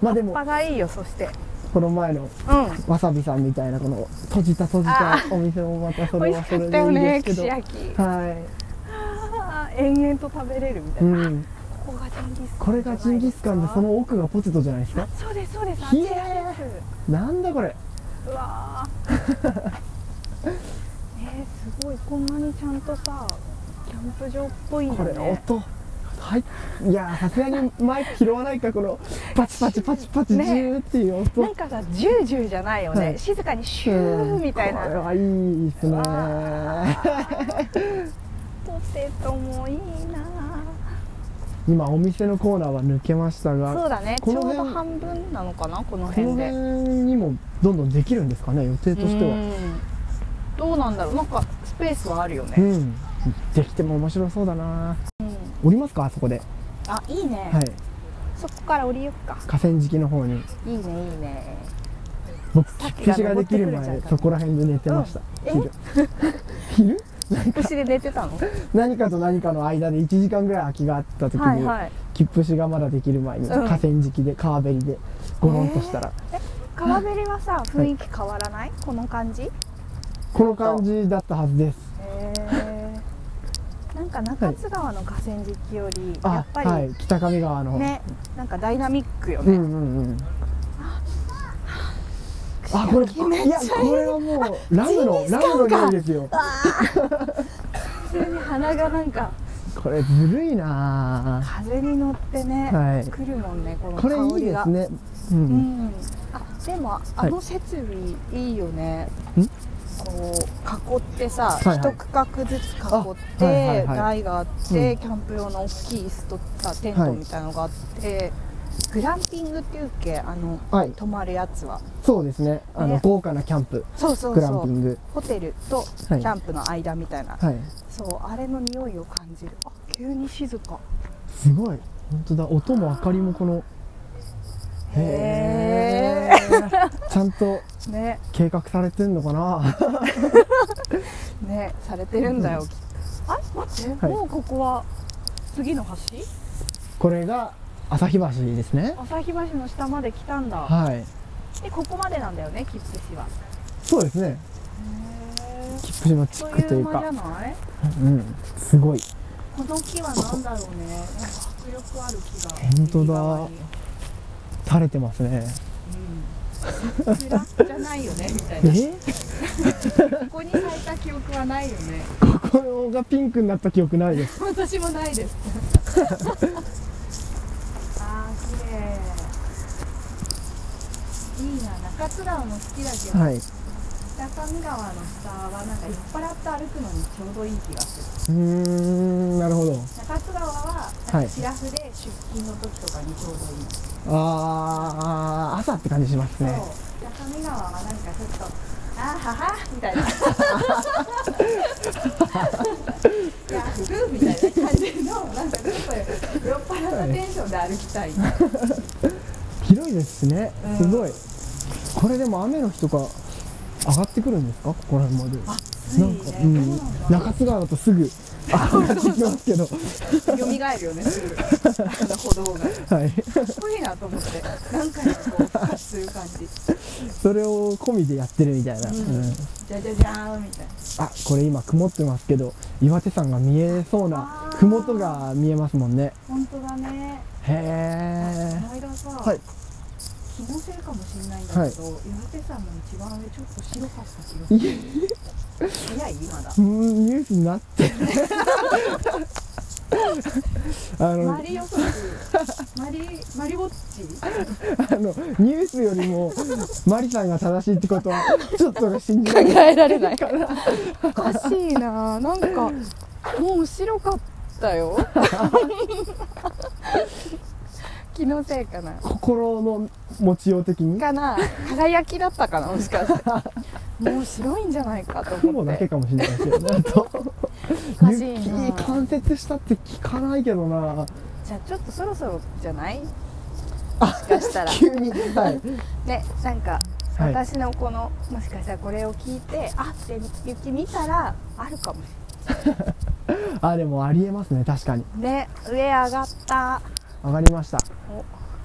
S2: まあで
S3: 葉
S2: も
S3: っぱがいいよそして
S2: この前の
S3: う
S2: わさびさんみたいなこの閉じた閉じたお店もまたそ
S3: ん美
S2: れ
S3: 味
S2: は
S3: し
S2: そ
S3: か
S2: れ
S3: った
S2: でい
S3: よ
S2: い
S3: ね
S2: です
S3: 串
S2: けど
S3: 焼き
S2: は
S3: あー延々と食べれるみた
S2: い、
S3: いうな、
S2: ん、
S3: ここがジンギスカン
S2: これがジンギスカンでその奥がポテトじゃないですか
S3: そうですそうですあっち
S2: ひえ
S3: です
S2: なんだこれ
S3: うわ ーねえすごいこんなにちゃんとさキャンプ場っぽいよ
S2: これ
S3: ね
S2: 音はいいやーさすがにマイク拾わないかこのパチパチパチパチジ
S3: ね
S2: ューっていう音、
S3: なんかさジュージューじゃないよね、
S2: はい
S3: 静かにシューみたいな、
S2: これはいいですね
S3: ポテトもいいな
S2: 今お店のコーナーは抜けましたが
S3: そうだねち
S2: こ
S3: ょ
S2: の
S3: う
S2: 辺
S3: ど半分なのかなこの
S2: この
S3: 辺
S2: 辺
S3: で
S2: にもどんどんできるんですかね予定として
S3: う
S2: は
S3: んどうなんだろうなんかスペースはあるよ
S2: う
S3: ね、
S2: ん、できても面白そうだな
S3: うん、
S2: 降りますかあそこで、
S3: あいいね、
S2: はい、
S3: そこから降りよっか
S2: 河川敷の方に
S3: いいねいい ね
S2: 僕
S3: さっき
S2: 岸
S3: が登
S2: がで
S3: って
S2: き
S3: く
S2: る
S3: れちゃうから
S2: 前そこら辺で寝てました、
S3: うん
S2: 昼昼
S3: 腰で寝て たの
S2: 何かと何かの間で1時間ぐらい空きがあった時に、
S3: はいはい
S2: 切符しがまだできる前に、
S3: うん
S2: 河川敷で川べりでゴロンとしたら、
S3: 川べりはさ雰囲気変わらない、この感じへ
S2: この感じだったはずです
S3: えなんか中津川の河川敷よりや
S2: あ
S3: っぱり、
S2: はい北上川の、
S3: ねなんかダイナミックよ
S2: うん
S3: ね、
S2: うんうんあこれいやこれはもうラムのラムの匂いですよ
S3: 普通に鼻がなんか
S2: これずるいな
S3: 風に乗ってね、
S2: はい
S3: 来るもんねこの
S2: ぁこれ
S3: 香
S2: いい
S3: り
S2: で
S3: が
S2: すね、うん
S3: うんあでもあ
S2: い
S3: の設備いいよね、
S2: ん
S3: こう囲ってさ、
S2: いはい
S3: 一区画ずつ囲
S2: あ
S3: って、
S2: はいはいはい
S3: 台があって、
S2: うん
S3: キャンプ用の大きい椅子とさテントみたいのがあって、グランピングっていうっけあの
S2: はい
S3: 泊まるやつは
S2: そうですねあの
S3: ね
S2: 豪華なキャンプ
S3: そうそう
S2: グラン
S3: そ
S2: ピ
S3: う
S2: ング
S3: ホテルとキ
S2: はい
S3: ャンプの間みたいな、
S2: はい
S3: そうあれの匂いを感じるあ急に静か
S2: すごい本当だ音も明かりもこの
S3: へ
S2: ーちゃんと
S3: えね
S2: 計画されてんのかな
S3: ねされてるんだよ、きっとあれ待って、
S2: はい
S3: もうここは次の橋
S2: これが旭橋ですね
S3: 旭橋の下まで来たんだ
S2: はい
S3: でここまでなんだよね切符市は
S2: そうですね切符の地
S3: そう
S2: 区と
S3: い
S2: いうう
S3: 間じ
S2: か
S3: ゃない
S2: うんすごい
S3: この木は何だろうねなんか迫力ある木が
S2: 本当だ
S3: 右側に
S2: 垂れてますね
S3: 桜じゃないよねみたい
S2: え
S3: なここに咲いた記憶はないよね
S2: ここがピンクになった記憶ないです
S3: 私もないです あー綺麗いいな中津川も好きだけど、
S2: はい
S3: 北上川の下はなんか酔っ払って歩くのにちょうどいい気がする
S2: うーんなるほど
S3: 中津川は
S2: はい
S3: シラフで出勤の時とかにちょうどいい、
S2: あー朝って感じしますね
S3: そう中身川はなんかちょっとあーははみたいないやふーみたいな感じのなんかちょっと酔っ払ったテンションで歩きたい、
S2: 広いですしね
S3: うん
S2: すごい、これでも雨の日とか上がってくるんですかここら辺まで
S3: い
S2: なんか、うん、中津川だとすぐあ上がってきますけど
S3: よみがえるよねすぐあの歩道がかっ
S2: はい
S3: こいいなと思って何回もこうパする感じ
S2: それを込みでやってるみたいな、うん
S3: じゃじゃじゃーんみたいな
S2: あこれ今曇ってますけど岩手山が見えそうな
S3: あー
S2: 麓が見えますもんね
S3: 本当だねこ
S2: へえ
S3: の間さ、
S2: はい
S3: 気のせいかもしれないんだけど、岩手山の一番上ちょっと白かった気がする早い今だ
S2: うんニュースになってるあの
S3: マリ予測マリマリウォッチ
S2: あのニュースよりもマリさんが正しいってことはちょっと信じられない
S3: えられないおかしいななんかもう白かったよ気のせいかな
S2: 心の持ちよう的に
S3: かな輝きだったかなもしかしてもう白いんじゃないかと思
S2: 雲
S3: っ
S2: だ
S3: て
S2: けかもしれないですよねあと
S3: かしい
S2: 雪
S3: な
S2: 関節したって聞かないけどな
S3: じゃあちょっとそろそろじゃないもしかしたら
S2: 急にはい
S3: ねなんか
S2: はい
S3: 私のこの、もしかしたらこれを聞いてあって雪見たらあるかもし
S2: あでもありえますね確かに
S3: れないね上上がった
S2: 上がりました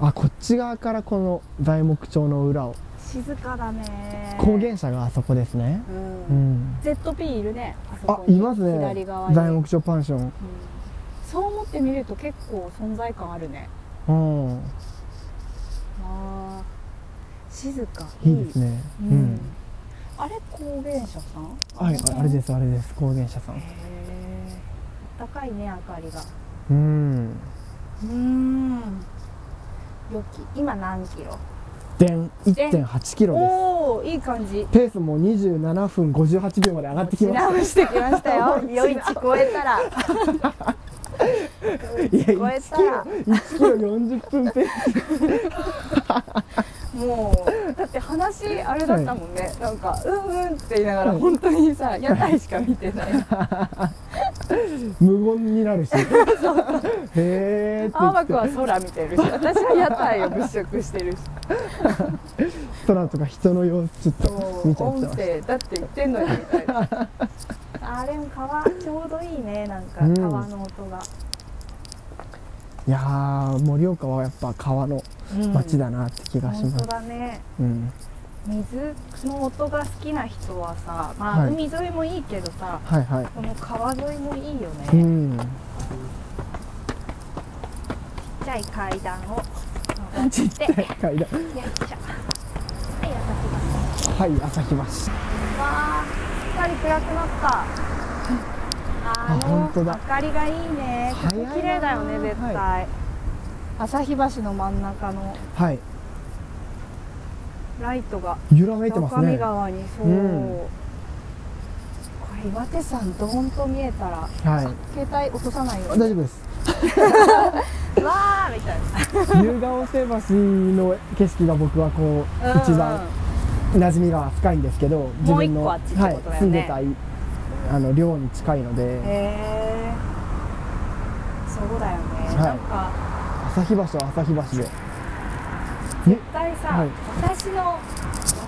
S2: あこっち側からこの材木町の裏を
S3: 静かだね
S2: 高原車があそこですね
S3: う、
S2: うんん
S3: ZP いるねあそ
S2: あ
S3: こ
S2: い
S3: に
S2: ますね
S3: 左側に
S2: 材木町パンション
S3: そう思ってみると結構存在感あるね
S2: うん
S3: あー静か
S2: いいですね
S3: う
S2: うんん
S3: あれ高原車さん
S2: はいああれですあれです高原車さん
S3: へえ高いね明かりが
S2: うん
S3: うーん。よき今何キロ？
S2: 全1.8キロで
S3: おおいい感じ。
S2: す。ペースも27分58秒まで上がってき
S3: ち
S2: ま
S3: ら
S2: し
S3: をしてきました よ。よいち超えたら。
S2: た。いや
S3: 超えたら
S2: 1キロ40分ペース。
S3: もうだって話あれだったもんね、なんかうんうんって言いながら
S2: はい
S3: 本当にさ屋台しか見てない、
S2: 無言にな るし。へえ
S3: 青
S2: って
S3: 葉くん
S2: 言
S3: は
S2: っ、
S3: 空見てるし私は屋台を物色してるして
S2: 空とか人の様子ちょっ
S3: も
S2: と
S3: う
S2: 見ちゃっ
S3: 音
S2: てまし
S3: 声だって言ってんのにみた いなあれも川ちょうどいいねなんか
S2: うん
S3: 川の音が、
S2: た。いやー、盛岡はやっぱ川の
S3: うん
S2: 街だなって気がしま
S3: 本当
S2: す。
S3: だね
S2: うん。
S3: 水の音が好きな人はさまあ、
S2: はい
S3: 海沿いもいいけどさ
S2: はいはい。
S3: この川沿いもいいよね、
S2: うん。
S3: ちっちゃい階段を登ってよいし
S2: 階
S3: ょは
S2: 段。
S3: いやった
S2: はい、朝日橋。
S3: わあ、すっかり暗くなった。あ
S2: 本当
S3: の
S2: だ
S3: 明かりがいいね。こ
S2: 早い
S3: こ
S2: な
S3: 綺麗だよね、絶対。
S2: は
S3: 朝日橋の真ん中の
S2: はい。
S3: ライトが
S2: 揺らめいてます
S3: 中見
S2: ね。
S3: 川にそう、
S2: うん
S3: これ岩手山ドーンと見えたら
S2: はい。
S3: 携帯落とさないよ
S2: 大
S3: うに
S2: 丈夫です。
S3: わあみたいな
S2: 湯川大橋の景色が僕はこう、一番馴染みが深いんですけど、自分の
S3: もう一個あっちってことだよね
S2: はい、住んでたあの寮に近いの
S3: へ
S2: で、
S3: えそうだよね、
S2: い
S3: なんか
S2: 朝日橋は朝日橋で。
S3: 絶対さ、
S2: はい
S3: 私の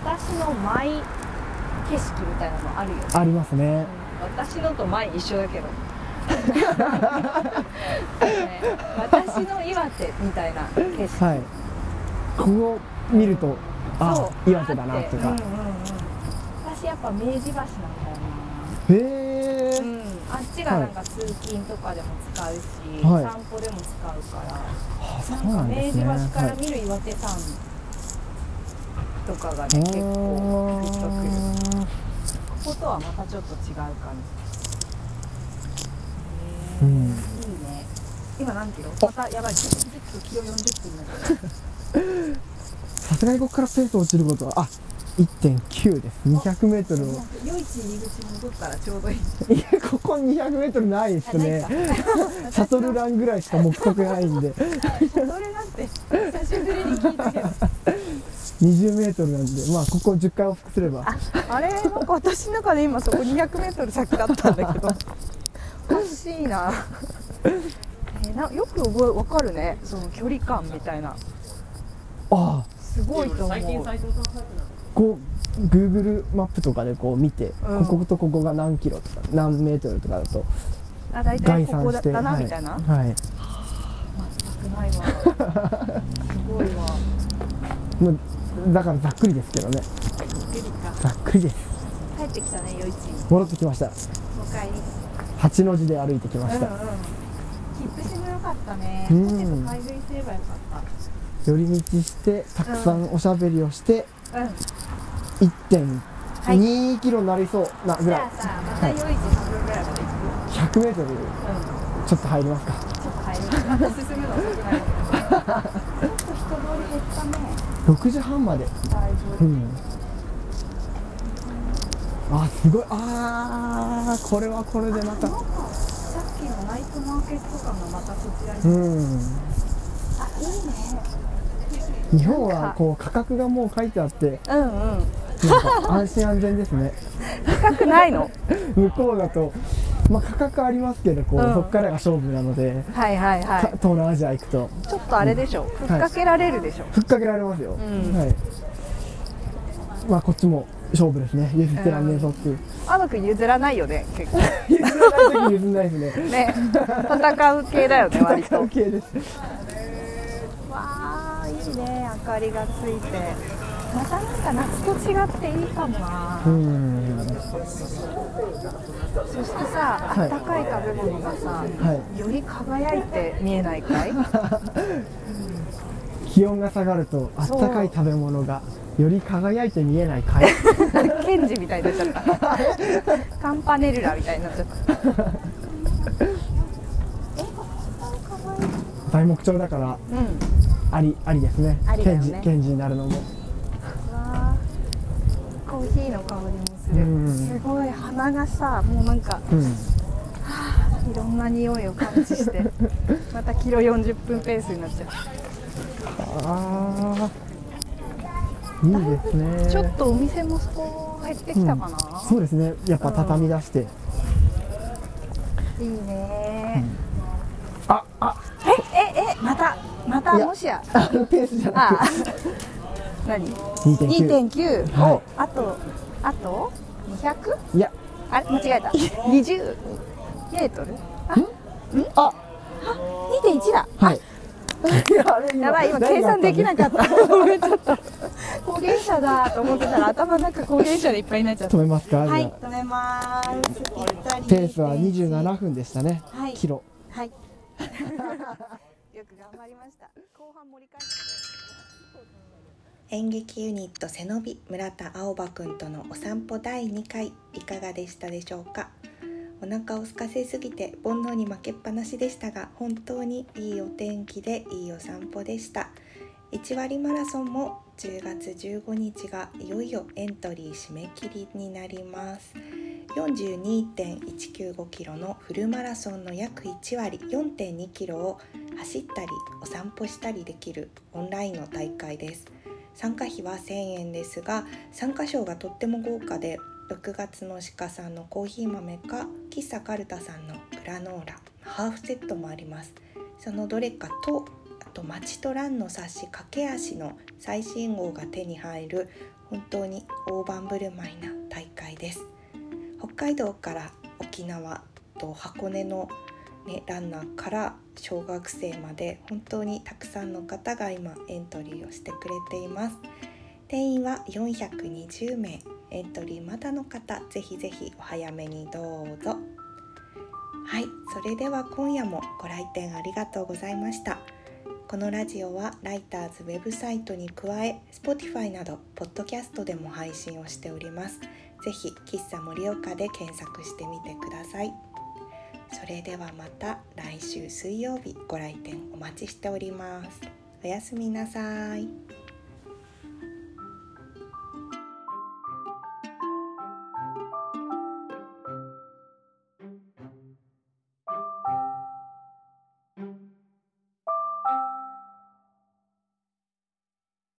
S3: 私のマイ景色みたいなのあるよね
S2: ありますね。
S5: 私のと前一緒だけど
S3: ね私の岩手みたいな景色
S2: はい。ここを見ると、あ、岩手だなと
S3: う
S2: か
S3: んうん。うん、私やっぱ明治橋なんだよ
S2: へ
S3: な、
S2: ー。
S3: ん、あっちがなんか通勤とかでも使うし、
S2: はい
S3: 散歩でも使うから、
S2: あそう
S3: な
S2: なんん
S3: か
S2: で
S3: 明治
S2: すね。
S3: 橋から
S2: は
S3: 見る岩手山とかがね、
S2: い。
S3: 結構グッとくる
S2: あ
S3: こことはまたちょっと違う感
S2: ーう
S3: じ、ね
S2: ん。
S3: いいね今何キロまたやばい10キロ40分になる
S2: さすがにここからペース落ちることは、あ、1.9です。200メートルを。
S3: 夜市入り口戻ったらちょうどいい
S2: いや、ここ200メートルないですね。シャトルランぐらいしか目測ないんで、
S3: それなんて久しぶりに聞いたけど
S2: 20メートルなんで、まあ、ここ10回往復すれば。
S3: あれなんか私の中で今そこ 200m 先だったんだけどおかしいな,、えーなよく覚えわかるねその距離感みたいな
S2: ああ、
S3: すごいと思う
S2: こう、Google マップとかでこう見て、
S3: うん
S2: こことここが何キロとか、何メートルとかだと、
S3: あ大体
S2: 概
S3: こ
S2: 算
S3: こだ
S2: し、
S3: ってたな、
S2: はい、
S3: みたいな
S2: はい。
S3: 少ないわすごいわ
S2: まあだからざっくりですけどね。ざっくりです。
S3: 帰ってきたね夜市に
S2: 戻ってきました。
S3: お帰り
S2: 八の字で歩いてきました。
S3: 切符しもよかったね
S2: う
S3: ポ
S2: ん
S3: テト買い食いすればよかっ
S2: 寄り道して、たくさんおしゃべりをして、
S3: たうん
S2: 1.2キロになりそうなぐ
S3: じ
S2: らい
S3: ゃ。あさまた夜市半分ぐらいまで行く
S2: 100メートルちょっと入りますか。
S3: ちょっと入りまた進むの遅くなるちょっと人通り減ったね
S2: 6時半まで。
S3: だいぶ
S2: うん。あ、すごい。あー、これはこれでまた。
S3: さっきのナイトマーケット感がまたそちらに
S2: う
S3: あ
S2: ん。
S3: いいね
S2: 日本はこう価格がもう書いてあって、
S3: うんうん
S2: なんか安心安全で すね。
S3: 高くないの
S2: 向こうだと、まあ価格ありますけど、こう、
S3: うん
S2: そっからが勝負なので、
S3: はいはいは
S2: か東南アジア行くと、
S3: ちょっとあれでしょふっかけられるでしょ、
S2: ふっかけられますよ。
S3: ん
S2: はい。まあこっちも勝負ですね。譲ってらんねえぞっていう。
S3: あのくん譲らないよね結構
S2: 譲らないとき譲んないですね。
S3: ね戦う系だよね 割と
S2: 関係です。
S3: わあいいね明かりがついてまたなんか夏と違っていいかもな
S2: うん。
S3: そしてさあ
S2: は
S3: っ
S2: い
S3: たかい食べ物がさ、
S2: はい。
S3: より輝いて見えない かい
S2: 気温が下がるとあったかい食べ物がより輝いて見えな い貝
S3: ケンジみたいになっちゃった。カンパネルラみたいになっちゃった。
S2: 暖材木調だから
S3: うん
S2: ありありですね
S3: ありだよ
S2: 検
S3: ね
S2: 事検事になるのも
S3: わーコーヒーの香りもす
S2: う
S3: る、
S2: ん
S3: すごい鼻がさもうなんか
S2: うん
S3: いろんな匂いを感知 してまたキロ40分ペースになっちゃう
S2: あーいいですね
S3: ちょっとお店もそこ減ってきたかな、
S2: そうですねやっぱ畳み出して、
S3: いいね
S2: ああ
S3: えええまたまた
S2: いや
S3: もし や
S2: あのペースじゃな
S3: あ
S2: く
S3: あ何
S2: て2.9
S3: 2.9、
S2: は
S3: あとあと 200?
S2: いいや
S3: あれ間違えた20メートル
S2: あ
S3: 2.1だ
S2: はいいやあれ
S3: やばい今計算できなかったごめんちょっと高原車だと思ってたら頭の中高原車でいっぱいになっちゃった
S2: 止めますか、
S3: は
S2: じ
S3: い
S2: ゃあ
S3: 止めますぴったり
S2: ペースは27分でしたね、
S3: はい
S2: キロ
S3: はいよく頑張りました後半盛り返して
S1: 演劇ユニット背伸び村田青葉くんとのお散歩第2回いかがでしたでしょうかお腹を空かせすぎて煩悩に負けっぱなしでしたが本当にいいお天気でいいお散歩でした1割マラソンも10月15日がいよいよエントリー締め切りになります42.195キロのフルマラソンの約1割4.2キロを走ったりお散歩したりできるオンラインの大会です参加費は1000円ですが参加賞がとっても豪華で6月の鹿さんのコーヒー豆か喫茶カルタさんのグラノーラハーフセットもありますそのどれかとあと「町と蘭の冊子駆け足」の最新号が手に入る本当に大盤振る舞いな大会です北海道から沖縄と箱根の、ね、ランナーから小学生まで本当にたくさんの方が今エントリーをしてくれています定員は420名エントリーまだの方ぜひぜひお早めにどうぞはいそれでは今夜もご来店ありがとうございましたこのラジオはライターズウェブサイトに加え Spotify などポッドキャストでも配信をしておりますぜひ喫茶盛岡で検索してみてくださいそれではまた来週水曜日ご来店お待ちしておりますおやすみなさい